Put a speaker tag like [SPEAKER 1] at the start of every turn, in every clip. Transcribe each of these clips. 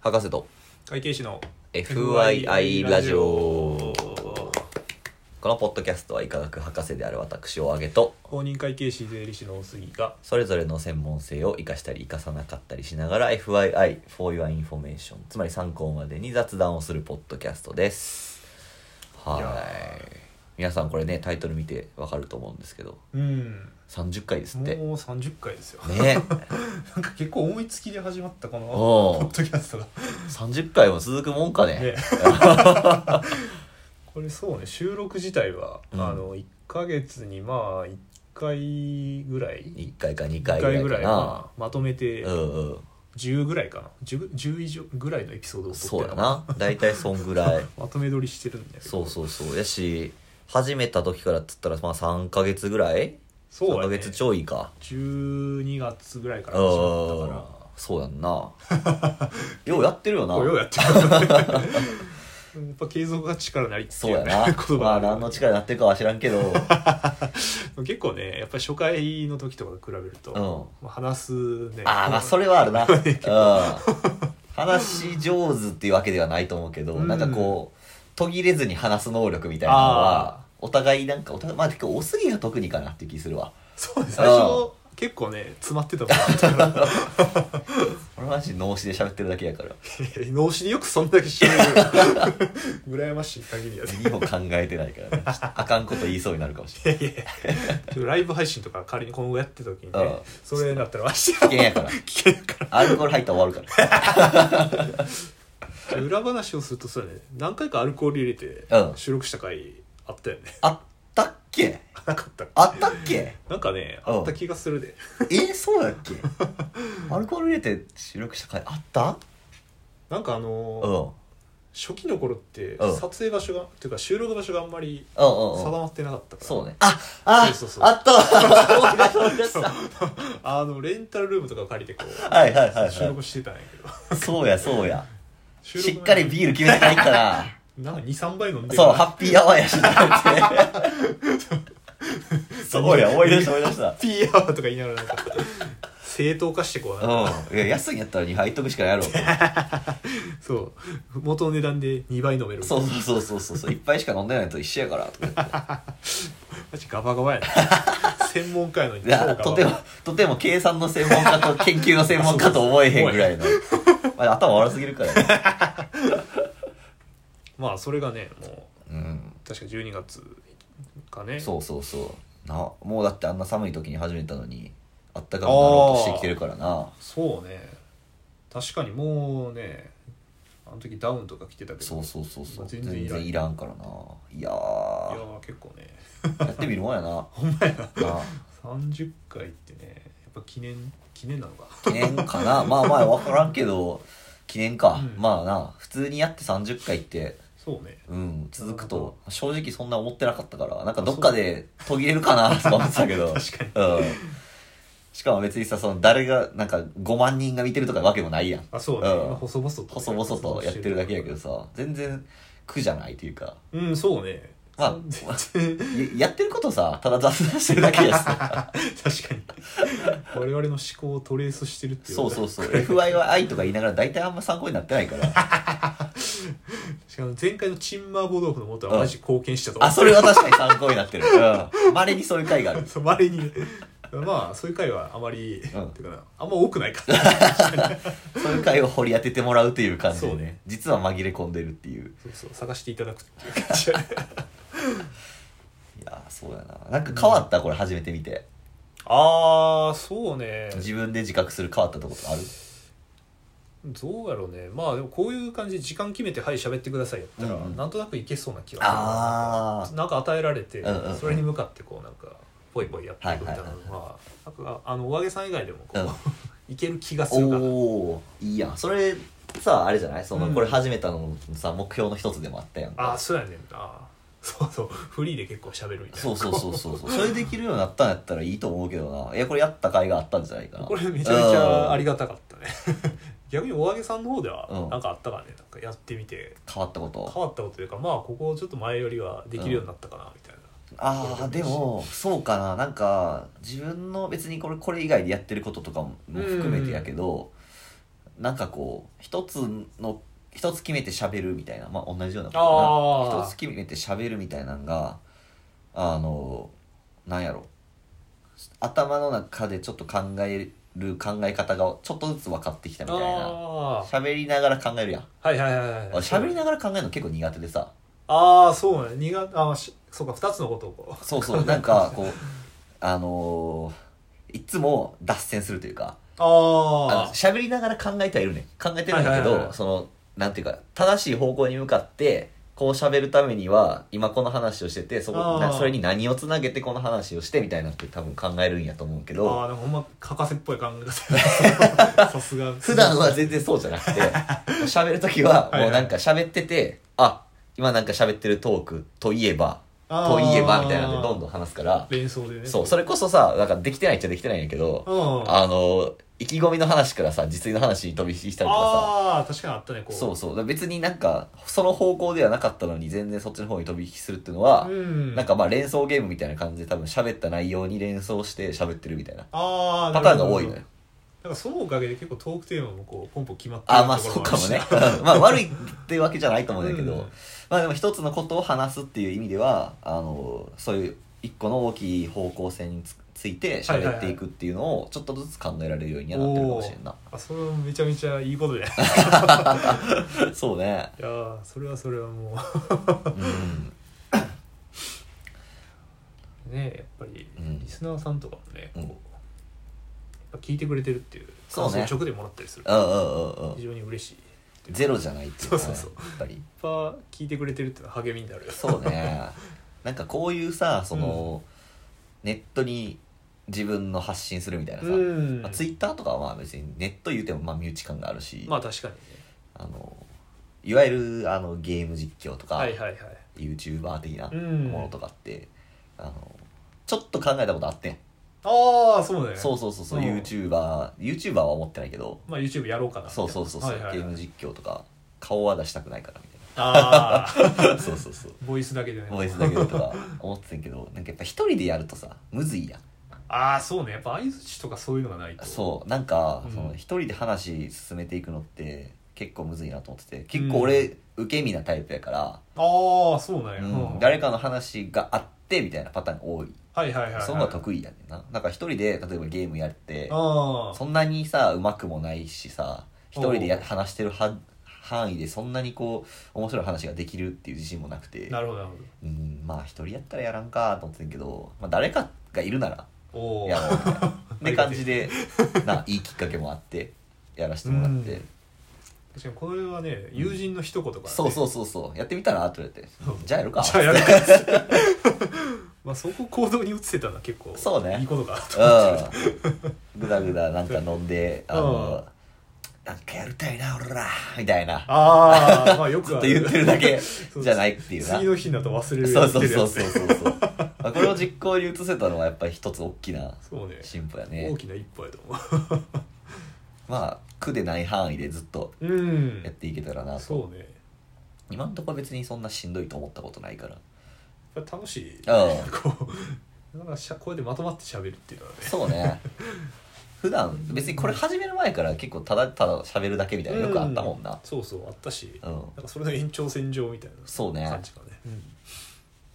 [SPEAKER 1] 博士と
[SPEAKER 2] 会計士の
[SPEAKER 1] FYI ラジオこのポッドキャストは医科学博士である私を挙げと
[SPEAKER 2] 公認会計士税理士の大杉が
[SPEAKER 1] それぞれの専門性を生かしたり生かさなかったりしながら FYI for your information つまり参考までに雑談をするポッドキャストです
[SPEAKER 2] いや
[SPEAKER 1] はい皆さんこれねタイトル見てわかると思うんですけど
[SPEAKER 2] うん
[SPEAKER 1] 30回ですってね
[SPEAKER 2] もう30回ですよ
[SPEAKER 1] え
[SPEAKER 2] なんか結構思いつきで始まったこの
[SPEAKER 1] おう
[SPEAKER 2] ポッドキャスト が
[SPEAKER 1] 30回も続くもんかね
[SPEAKER 2] ね これそうね収録自体は、
[SPEAKER 1] うん
[SPEAKER 2] あの1ヶ月にまあ1回ぐらい
[SPEAKER 1] 1回か2
[SPEAKER 2] 1
[SPEAKER 1] 回
[SPEAKER 2] 回
[SPEAKER 1] ぐ
[SPEAKER 2] ぐ
[SPEAKER 1] ら
[SPEAKER 2] ら
[SPEAKER 1] い
[SPEAKER 2] い
[SPEAKER 1] かな
[SPEAKER 2] まとめて
[SPEAKER 1] うんうん
[SPEAKER 2] 10ぐらいかな 10, 10以上ぐらいのエピソードを撮って
[SPEAKER 1] そう
[SPEAKER 2] る
[SPEAKER 1] や
[SPEAKER 2] の
[SPEAKER 1] な大体そんぐらい
[SPEAKER 2] まとめ撮りしてるんだけど
[SPEAKER 1] そうそうそうやし始めた時からっつったらまあ3か月ぐらい
[SPEAKER 2] そうやね
[SPEAKER 1] 3ヶ月ちょいか
[SPEAKER 2] 12月ぐらいから
[SPEAKER 1] うん
[SPEAKER 2] 始まったから
[SPEAKER 1] そうやんな ようやってるよな
[SPEAKER 2] こうようやってるや っぱ継続が力なりって
[SPEAKER 1] そう
[SPEAKER 2] い
[SPEAKER 1] や
[SPEAKER 2] うね
[SPEAKER 1] な
[SPEAKER 2] 言
[SPEAKER 1] ま
[SPEAKER 2] 葉
[SPEAKER 1] あ
[SPEAKER 2] が
[SPEAKER 1] 何
[SPEAKER 2] ある
[SPEAKER 1] の力になってるかは知らんけ ど
[SPEAKER 2] 結構ねやっぱり初回の時とかと比べると、
[SPEAKER 1] う
[SPEAKER 2] まあ話すね
[SPEAKER 1] ああまあそれはあ るなうん話し上手っていうわけではないと思うけど、
[SPEAKER 2] うん
[SPEAKER 1] なんかこう途切れずに話す能力みたいなのはお互いなんかお互いまあ結構おすぎが特にかなっていう気するわ
[SPEAKER 2] そうです最初結構ね詰まってたもん
[SPEAKER 1] 俺マジ脳死で喋ってるだけやから
[SPEAKER 2] 脳死によくそんだけ知れる羨ましい限 りやね
[SPEAKER 1] 何も考えてないからねあかんこと言いそうになるかもしれない
[SPEAKER 2] いやいやちょっとライブ配信とか仮に今後やってた時に
[SPEAKER 1] うん
[SPEAKER 2] ねそれだったらわし
[SPEAKER 1] 危険やから
[SPEAKER 2] 危険だか
[SPEAKER 1] アルコール入ったら終わるから
[SPEAKER 2] 裏話をするとそうだね何回かアルコール入れて
[SPEAKER 1] うん
[SPEAKER 2] 収録した回あったよね
[SPEAKER 1] らあったっけ
[SPEAKER 2] なかった
[SPEAKER 1] あったっけ
[SPEAKER 2] なんかね
[SPEAKER 1] うん
[SPEAKER 2] あった気がするで
[SPEAKER 1] えそうだっけアルコール入れて収録した回あった
[SPEAKER 2] なんかあ
[SPEAKER 1] うんう
[SPEAKER 2] のー
[SPEAKER 1] ん
[SPEAKER 2] 初期の頃って
[SPEAKER 1] うん
[SPEAKER 2] 撮影場所がっていうか収録場所があんまり
[SPEAKER 1] うん
[SPEAKER 2] 定
[SPEAKER 1] うん
[SPEAKER 2] まってなかったから
[SPEAKER 1] そうねああ
[SPEAKER 2] そうそうそう
[SPEAKER 1] あったわ思い出した思い出した
[SPEAKER 2] あのレンタルルームとか借りてこう
[SPEAKER 1] はいはいはい
[SPEAKER 2] 収
[SPEAKER 1] は
[SPEAKER 2] 録してたんやけど
[SPEAKER 1] いそうやそうや
[SPEAKER 2] 収録
[SPEAKER 1] しっかりビール決めてないから
[SPEAKER 2] なんか23杯飲んで
[SPEAKER 1] そうハッピーアワーやしなって そうや思い出した思い出した
[SPEAKER 2] ピーアワーとか言いながらなんか正当化してこうな
[SPEAKER 1] うんいや安いんやったら2杯いっとくしかないやろう
[SPEAKER 2] そう元の値段で2倍飲める
[SPEAKER 1] そうそうそうそうそういっぱいしか飲んでないのと一緒やからとか言って
[SPEAKER 2] マジガバガ バやな専門家やのに
[SPEAKER 1] いやとてもとても計算の専門家と研究の専門家と思えへんぐら いのまあ頭悪すぎるからね
[SPEAKER 2] まあそれがねもう
[SPEAKER 1] うん
[SPEAKER 2] 確か12月かね
[SPEAKER 1] そうそうそうなもうだってあんな寒い時に始めたのにあったかくなろうとしてきてるからな
[SPEAKER 2] そうね確かにもうねあの時ダウンとか着てたけど
[SPEAKER 1] そうそうそうそう全
[SPEAKER 2] 全然いらん
[SPEAKER 1] 然いらんからないや
[SPEAKER 2] いや
[SPEAKER 1] ー
[SPEAKER 2] ー結構ね
[SPEAKER 1] やってみるもんやなほんまやなあ
[SPEAKER 2] 30回ってねやっぱ記念記念なのか
[SPEAKER 1] 記念かなまあまあ分からんけど記念か、
[SPEAKER 2] うん
[SPEAKER 1] まあな普通にやって30回って
[SPEAKER 2] そうね
[SPEAKER 1] うん続く
[SPEAKER 2] なるほ
[SPEAKER 1] と正直そんな思ってなかったからなんかどっかで途切れるかな とか思ってたけど
[SPEAKER 2] 確かに
[SPEAKER 1] うん、しかも別にさその誰がなんか5万人が見てるとかわけもないやん
[SPEAKER 2] あそうね、
[SPEAKER 1] うん
[SPEAKER 2] 今細々とね、
[SPEAKER 1] 細々とやってるだけやけどさ全然苦じゃないというか
[SPEAKER 2] うんそうね
[SPEAKER 1] まあ
[SPEAKER 2] 全然
[SPEAKER 1] ややってることさただ雑談してるだけやし さ
[SPEAKER 2] 確かに我々の思考をトレースしてるっていう
[SPEAKER 1] そうそうそう
[SPEAKER 2] 確
[SPEAKER 1] FI は愛とか言いながら大体あんま参考になってないから
[SPEAKER 2] かに前回のチンマーボー豆腐の元はマジ貢献したと
[SPEAKER 1] あそれは確かに参考になってるまれ、稀にそういう回 がある
[SPEAKER 2] そうまれにまあそういう回はあまり、
[SPEAKER 1] うん
[SPEAKER 2] っていうかなあんま多くないから
[SPEAKER 1] そういう回を掘り当ててもらうという感じで、
[SPEAKER 2] そうね
[SPEAKER 1] 実は紛れ込んでるっていう
[SPEAKER 2] そうそう探していただくっていう感じ
[SPEAKER 1] いやーそうやななんか変わった、これ初めて見て
[SPEAKER 2] ああそうね
[SPEAKER 1] 自分で自覚する変わったとことある
[SPEAKER 2] どうやろうねまあでもこういう感じで時間決めて「はい喋ってください」やったら、
[SPEAKER 1] うんうん
[SPEAKER 2] なんとなくいけそうな気がする
[SPEAKER 1] あー
[SPEAKER 2] なんか与えられて、
[SPEAKER 1] うんうんうん
[SPEAKER 2] それに向かってこうなんかぽいぽいやっていくみたいなのは,、なんかあのお揚げさん以外でもこう、
[SPEAKER 1] うん
[SPEAKER 2] いける気がするから
[SPEAKER 1] おおーいいやんそれさあれじゃないその、
[SPEAKER 2] うん
[SPEAKER 1] これ始めたのもさ目標の一つでもあったやん
[SPEAKER 2] ああそうやねんあーそうそうフリーで結構喋るみたいな
[SPEAKER 1] そうそうそうそうそうそれできるようになったんやったらいいと思うけどないやこれやった甲斐があったんじゃないかな
[SPEAKER 2] これめちゃめちゃあり
[SPEAKER 1] が
[SPEAKER 2] がたかった ね逆にお揚げさんの方では
[SPEAKER 1] うん
[SPEAKER 2] なんかあったからねなんかやってみて
[SPEAKER 1] 変わったこと
[SPEAKER 2] 変わったことというかまあここちょっと前よりはできるようになったかなみたいな、
[SPEAKER 1] ああでもそうかななんか自分の別にこれこれ以外でやってることとかもも含めてやけど、なんかこう一つの一つ決めて喋るみたいなまあ同じようなことか
[SPEAKER 2] あ
[SPEAKER 1] な
[SPEAKER 2] ー
[SPEAKER 1] 一つ決めて喋るみたいなのがあのなんやろ頭の中でちょっと考える考え方がちょっとずつ分かってきたみたいな
[SPEAKER 2] あ
[SPEAKER 1] 喋りながら考えるやん
[SPEAKER 2] あはいはいはいはい
[SPEAKER 1] 俺喋りながら考えるの結構苦手でさ
[SPEAKER 2] ああそうね苦あーしそうか二つのことをこ
[SPEAKER 1] そうそうなんかこうあのーいつも脱線するというかあ
[SPEAKER 2] うああ
[SPEAKER 1] の喋りながら考えてはいるねん考えてるんだけ
[SPEAKER 2] はいはいはいは
[SPEAKER 1] ど
[SPEAKER 2] い
[SPEAKER 1] そのなんていうか正しい方向に向かってこう喋るためには今この話をしててそ
[SPEAKER 2] あ
[SPEAKER 1] こ
[SPEAKER 2] ー
[SPEAKER 1] なそれに何をつなげてこの話をしてみたいなって多分考えるんやと思うけ
[SPEAKER 2] あ
[SPEAKER 1] ど
[SPEAKER 2] あなんかほんま博士っぽい考え 方さすが
[SPEAKER 1] 普段は全然そうじゃな くて喋る時はもうなんか喋っててあ今なんか喋ってるトークといえば
[SPEAKER 2] あー
[SPEAKER 1] といえばみたいなのでどんどん話すから
[SPEAKER 2] 連想でね
[SPEAKER 1] そうそれこそさなんかできてないっちゃできてないんやけど
[SPEAKER 2] うん あ
[SPEAKER 1] あの意気込みの話からさ実利の話に飛び火したりとかさ
[SPEAKER 2] あー確かにあったねこう
[SPEAKER 1] そうそうだから別になんかその方向ではなかったのに全然そっちの方に飛び引きするっていうのは、
[SPEAKER 2] うん
[SPEAKER 1] なんかまあ連想ゲームみたいな感じで多分喋った内容に連想して喋ってるみたいな
[SPEAKER 2] ああ
[SPEAKER 1] パターンが多いのよ
[SPEAKER 2] なんかそのおかげで結構トークテーマもこうポンポン決まって
[SPEAKER 1] あまあ そうかもねまあ悪いっていうわけじゃないと思うんだけど、
[SPEAKER 2] うん
[SPEAKER 1] まあでも一つのことを話すっていう意味ではあのそういう一個の大きい方向性につついて喋っていくっていうのをちょっとずつ考えられるようにはなってるかもしれんな、
[SPEAKER 2] あそれはめちゃめちゃいいことでいや
[SPEAKER 1] そうね
[SPEAKER 2] ーそれはそれはも
[SPEAKER 1] うん
[SPEAKER 2] う ねやっぱり
[SPEAKER 1] うん
[SPEAKER 2] リスナーさんとかもね、
[SPEAKER 1] うん
[SPEAKER 2] こうやっぱ聞いてくれてるっていう
[SPEAKER 1] そう
[SPEAKER 2] 感
[SPEAKER 1] ね
[SPEAKER 2] 想を直でもらったりする、
[SPEAKER 1] うんうんうんうん
[SPEAKER 2] 非常に嬉しいっていう
[SPEAKER 1] ゼロじゃないっていうかね
[SPEAKER 2] そうそうそう
[SPEAKER 1] やっぱり
[SPEAKER 2] やっぱ聞いてくれてるっていうのは励みになるよ
[SPEAKER 1] そう ねなんかこういうさその、ネットに自分の発信するみたいなさ、
[SPEAKER 2] うん
[SPEAKER 1] まあ、ツイッターとかはまあ別にネット言うてもまあ身内感があるし、
[SPEAKER 2] まあ確かにね
[SPEAKER 1] あのいわゆるあのゲーム実況とか、
[SPEAKER 2] はいはいはい
[SPEAKER 1] YouTuber 的な
[SPEAKER 2] うん
[SPEAKER 1] ものとかって、あのちょっと考えたことあってん、
[SPEAKER 2] ああそうだよね
[SPEAKER 1] そうそうそうそう、
[SPEAKER 2] うん
[SPEAKER 1] YouTuber, YouTuber は思ってないけど
[SPEAKER 2] まあ YouTube やろうかなみたい
[SPEAKER 1] そ
[SPEAKER 2] な
[SPEAKER 1] うそうそうそう、
[SPEAKER 2] はいはい
[SPEAKER 1] ゲーム実況とか顔は出したくないからみたい
[SPEAKER 2] ああ
[SPEAKER 1] なそうそうそう
[SPEAKER 2] ボイスだけでね
[SPEAKER 1] ボイスだけでとか思ってたけ どなんかやっぱ一人でやるとさむずいやん
[SPEAKER 2] ああそうねやっぱ相槌とかそういうのがないと
[SPEAKER 1] そうなんか、
[SPEAKER 2] うん
[SPEAKER 1] その一人で話進めていくのって結構むずいなと思ってて結構俺、受け身なタイプやから、
[SPEAKER 2] ああそうなんや、
[SPEAKER 1] うん
[SPEAKER 2] うん
[SPEAKER 1] 誰かの話があってみたいなパターンが多い、
[SPEAKER 2] はいはいはい、はい、
[SPEAKER 1] そんなのが得意やねんななんか一人で例えばゲームやって
[SPEAKER 2] あ
[SPEAKER 1] そんなにさうまくもないしさ一人でや
[SPEAKER 2] おう
[SPEAKER 1] 話してるは範囲でそんなにこう面白い話ができるっていう自信もなくて
[SPEAKER 2] あなるほどなる
[SPEAKER 1] うんまあ一人やったらやらんかと思ってんけど、まあ、誰かがいるなら
[SPEAKER 2] ほどおお
[SPEAKER 1] やろうみたいな って感じ
[SPEAKER 2] で
[SPEAKER 1] でないいきっかけもあってやらせてもらって、
[SPEAKER 2] うん確かにこれはね友人の一言から、ね
[SPEAKER 1] そうそううそうそうやってみたらと言われて
[SPEAKER 2] そう
[SPEAKER 1] じゃあやるか
[SPEAKER 2] じゃあやるか まあそこ行動に移せたのは結構
[SPEAKER 1] そうね
[SPEAKER 2] いいことかなと
[SPEAKER 1] うんぐだぐだなんか飲んであの、なんかやりたいな俺らみたいな
[SPEAKER 2] ああ まあよ
[SPEAKER 1] ず
[SPEAKER 2] く
[SPEAKER 1] っ
[SPEAKER 2] あ
[SPEAKER 1] と
[SPEAKER 2] る
[SPEAKER 1] 言ってるだ け
[SPEAKER 2] う
[SPEAKER 1] じゃないっていうな
[SPEAKER 2] 次の日になると忘れる
[SPEAKER 1] そう
[SPEAKER 2] やつ
[SPEAKER 1] そうそうそう
[SPEAKER 2] やつ
[SPEAKER 1] そうそうまあこれを実行に移せたのはやっぱり一つ大き な
[SPEAKER 2] そうね
[SPEAKER 1] 進歩やね
[SPEAKER 2] 大きな一歩やと思
[SPEAKER 1] まあ苦でない範囲でずっと
[SPEAKER 2] ううん
[SPEAKER 1] やっていけたらなと
[SPEAKER 2] そうね
[SPEAKER 1] 今んとこ別にそんなしんどいと思ったことない から
[SPEAKER 2] やっぱ楽しい
[SPEAKER 1] うん
[SPEAKER 2] こうなんかしゃこれでまとまって喋るっていうのはね
[SPEAKER 1] そうね普段別にこれ始める前から結構ただただ喋るだけみたいなのよくあったもん
[SPEAKER 2] う
[SPEAKER 1] な
[SPEAKER 2] そうそうあったし、
[SPEAKER 1] うん、
[SPEAKER 2] なんかそれの延長線上みたい
[SPEAKER 1] そう
[SPEAKER 2] な
[SPEAKER 1] ね
[SPEAKER 2] 感じかね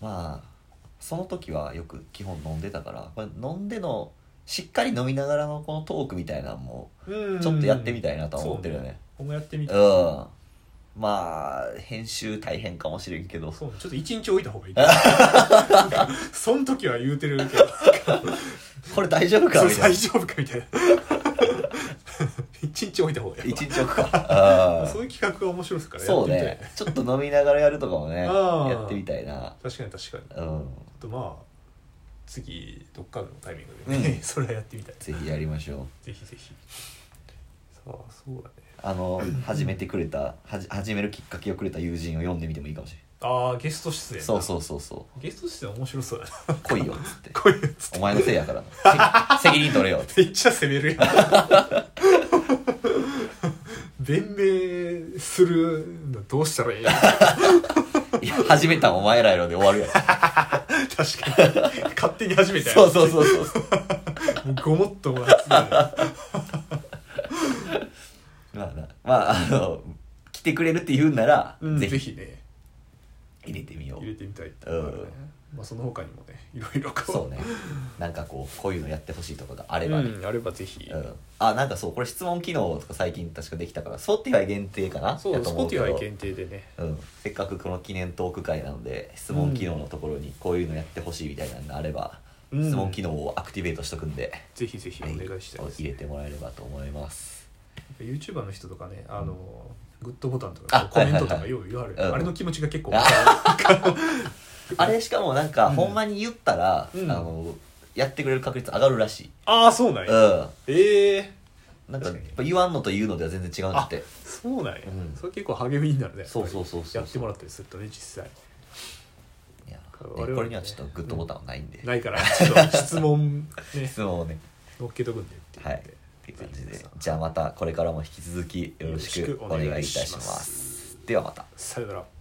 [SPEAKER 1] まあその時はよく基本飲んでたからこれ飲んでのしっかり飲みながらのこのトークみたいなのも
[SPEAKER 2] うん
[SPEAKER 1] ちょっとやってみたいなとは思ってるよね
[SPEAKER 2] そうこのやってみ
[SPEAKER 1] う
[SPEAKER 2] た
[SPEAKER 1] ん
[SPEAKER 2] い、
[SPEAKER 1] まあ編集大変かもしれんけど
[SPEAKER 2] そうちょっと一日置いた方がいい そん時は言うてるけど
[SPEAKER 1] これ大丈夫かみたい
[SPEAKER 2] 大
[SPEAKER 1] な
[SPEAKER 2] 丈夫かみたいな 一日置いた方がいい
[SPEAKER 1] 一日置くか
[SPEAKER 2] そういう企画が面白いですか
[SPEAKER 1] うん
[SPEAKER 2] ら
[SPEAKER 1] そう
[SPEAKER 2] やってみ
[SPEAKER 1] ね
[SPEAKER 2] たい
[SPEAKER 1] ちょっと飲みながらやるとかもね
[SPEAKER 2] うん
[SPEAKER 1] やってみたいな
[SPEAKER 2] 確かに確かに
[SPEAKER 1] うん
[SPEAKER 2] あとまあ次どっかのタイミングで、
[SPEAKER 1] うん
[SPEAKER 2] それはやってみたい
[SPEAKER 1] ぜひやりましょう
[SPEAKER 2] ぜひぜひさあそうだね
[SPEAKER 1] あの始めてくれたはじ始めるきっかけをくれた友人を読んでみてもいいかもしれ
[SPEAKER 2] ああゲスト出
[SPEAKER 1] ない
[SPEAKER 2] 演
[SPEAKER 1] そうそううそうそ
[SPEAKER 2] ゲスト出演面白そうだな
[SPEAKER 1] う来いよっつって
[SPEAKER 2] こういうやつ
[SPEAKER 1] お前のせいやからなせ 責任取れよっつって
[SPEAKER 2] めっちゃ攻めるやん 弁明するの どうしたらいい
[SPEAKER 1] いや始めたんお前らやろで終わるやん
[SPEAKER 2] 確かに勝手に始めた
[SPEAKER 1] そう
[SPEAKER 2] よ
[SPEAKER 1] そうそうそう
[SPEAKER 2] もうごもっともなやつだよ
[SPEAKER 1] まあまあなまああの来てくれるって言うんなら、
[SPEAKER 3] うん
[SPEAKER 1] ぜ
[SPEAKER 2] ぜ
[SPEAKER 1] ひ
[SPEAKER 2] ひね
[SPEAKER 1] 入れてみよ
[SPEAKER 2] 入
[SPEAKER 1] う
[SPEAKER 2] れてみたいっていうのがあるねまあその他にもねいろいろこう
[SPEAKER 1] そうねなんかこうこういうのやってほしいとかがあればね、
[SPEAKER 2] うんあればぜひ
[SPEAKER 1] うんあなんかそうこれ質問機能とか最近確かできたから Spotify 限定かな
[SPEAKER 2] そう
[SPEAKER 1] やと思けど
[SPEAKER 2] Spotify 限定でね
[SPEAKER 1] うん、せっかくこの記念トーク会なので質問機能のところにこういうのやってほしいみたいなのがあれば、
[SPEAKER 3] うん
[SPEAKER 1] 質問機能をアクティベートしとくんで、
[SPEAKER 2] ぜひぜひお
[SPEAKER 1] はい
[SPEAKER 2] 願いしたいです
[SPEAKER 1] 入れてもらえればと思います
[SPEAKER 2] ユーチューバーの人とかね、あの、グッドボタンと
[SPEAKER 1] あ
[SPEAKER 2] か、コメントと
[SPEAKER 1] は
[SPEAKER 2] か
[SPEAKER 1] い
[SPEAKER 2] よう言われ
[SPEAKER 1] うん
[SPEAKER 2] る。あれの気持ちが結構。
[SPEAKER 1] あ
[SPEAKER 2] あ
[SPEAKER 1] あれしかもなんか、
[SPEAKER 3] うん
[SPEAKER 1] ほんまに言ったら、
[SPEAKER 3] うん
[SPEAKER 1] あのやってくれる確率上がるらしい、
[SPEAKER 3] ああそうなんや、
[SPEAKER 1] うん
[SPEAKER 3] ええ
[SPEAKER 1] なんか
[SPEAKER 3] 確か
[SPEAKER 1] やっ
[SPEAKER 3] に
[SPEAKER 1] ぱ言わんのと言うのでは全然違うんだって
[SPEAKER 2] そうなんや
[SPEAKER 1] うん。
[SPEAKER 2] それ結構励みになるね。
[SPEAKER 1] そうそうそうそう
[SPEAKER 2] やっぱりやってもらったりするとね、実際。
[SPEAKER 1] いや、ね
[SPEAKER 2] 我
[SPEAKER 1] こ
[SPEAKER 2] 々はね
[SPEAKER 1] れにはちょっとグッドボタンはないんで、
[SPEAKER 2] ないから、ちょっと質問、ね、
[SPEAKER 1] 質問をね
[SPEAKER 2] 乗っけとくんでって
[SPEAKER 1] はいいっ
[SPEAKER 2] うので。
[SPEAKER 1] ていう感じでじゃあまたこれからも引き続きよろしくお願いいたしますではまた
[SPEAKER 2] さよなら。